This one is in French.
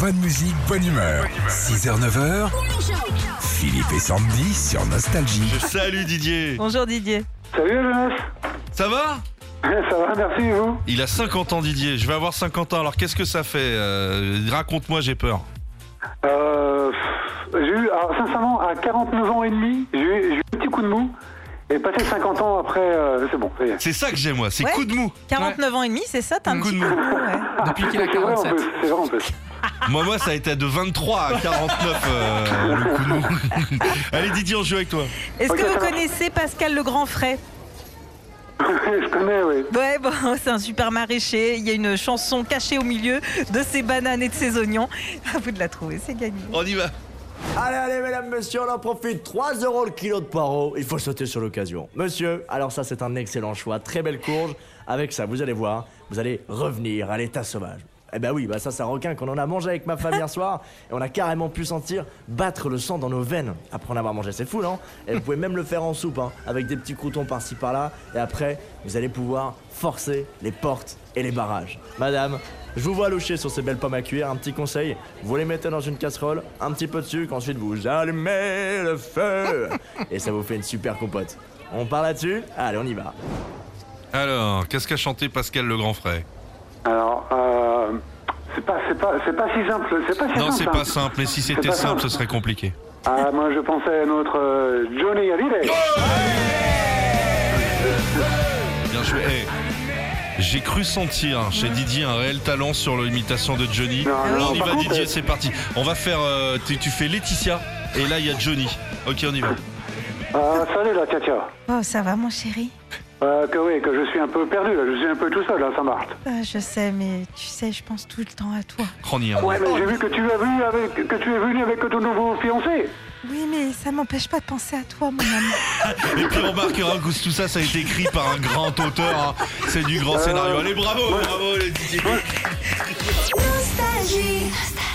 Bonne musique, bonne humeur. 6h, 9h. Philippe et Sandy sur Nostalgie. Salut Didier Bonjour Didier. Salut la jeunesse Ça va Ça va, merci, et vous Il a 50 ans Didier, je vais avoir 50 ans, alors qu'est-ce que ça fait Euh, Raconte-moi, j'ai peur. euh, pff, J'ai eu, alors sincèrement, à 49 ans et demi, j'ai eu, j'ai eu un petit coup de mou. Et passé 50 ans après, euh, c'est bon, ça y est. C'est ça que j'ai moi, c'est Ouais. coup de mou 49 ans et demi, c'est ça T'as un Coup petit de coup mou. de mou, ouais. Depuis qu'il a C'est vrai en 47. plus, c'est vrai en plus. Moi, moi, ça a été de 23 à 49 euh, le coup de mou. Allez Didier, on joue avec toi. Est-ce que Ok, vous ça va. connaissez Pascal le Grand Frais je connais, oui. Ouais, bon, c'est un super maraîcher. Il y a une chanson cachée au milieu de ses bananes et de ses oignons. À vous de la trouver, c'est gagné. On y va. Allez, allez, mesdames, messieurs, on en profite. 3 euros le kilo de poireaux. Il faut sauter sur l'occasion. Monsieur, alors ça, c'est un excellent choix. Très belle courge. Avec ça, vous allez voir, vous allez revenir à l'état sauvage. Eh ben oui, bah ça, ça requin qu'on en a mangé avec ma femme hier soir. Et on a carrément pu sentir battre le sang dans nos veines. Après en avoir mangé, c'est fou, non Et vous pouvez même le faire en soupe, hein, avec des petits croutons par-ci par-là. Et après, vous allez pouvoir forcer les portes et les barrages. Madame, je vous vois loucher sur ces belles pommes à cuire. Un petit conseil, vous les mettez dans une casserole, un petit peu de sucre, ensuite vous allumez le feu. Et ça vous fait une super compote. On part là-dessus Allez, on y va. Alors, qu'est-ce qu'a chanté Pascal le Grand Frère Alors, euh, c'est pas, c'est pas, c'est pas si simple. C'est pas si Non, simple. c'est hein. pas simple, mais si c'était pas simple, ce serait compliqué. Ah, moi, je pensais à notre euh, Johnny Hallyday. Bien joué. Eh, J'ai cru sentir hein, chez Didier un réel talent sur l'imitation de Johnny. Non, non, on y par va contre, Didier, euh, c'est parti. On va faire... euh, tu, tu fais Laetitia, et là, il y a Johnny. Ok, on y va. Oh, Ah, salut, là, Katia. Oh, ça va, mon chéri Euh, que oui, que je suis un peu perdu, là. Je suis un peu tout seul, à Saint-Marthe. Ah, Je sais, mais tu sais, je pense tout le temps à toi. On y va. Ouais, mais j'ai vu que tu as vu avec, que tu es venu avec ton nouveau fiancé. Oui, mais ça m'empêche pas de penser à toi, mon amour. Et puis on remarquera que tout ça, ça a été écrit par un grand auteur. hein. C'est du grand scénario. Allez, bravo, bravo les Didier. Nostalgie. Nostalgie.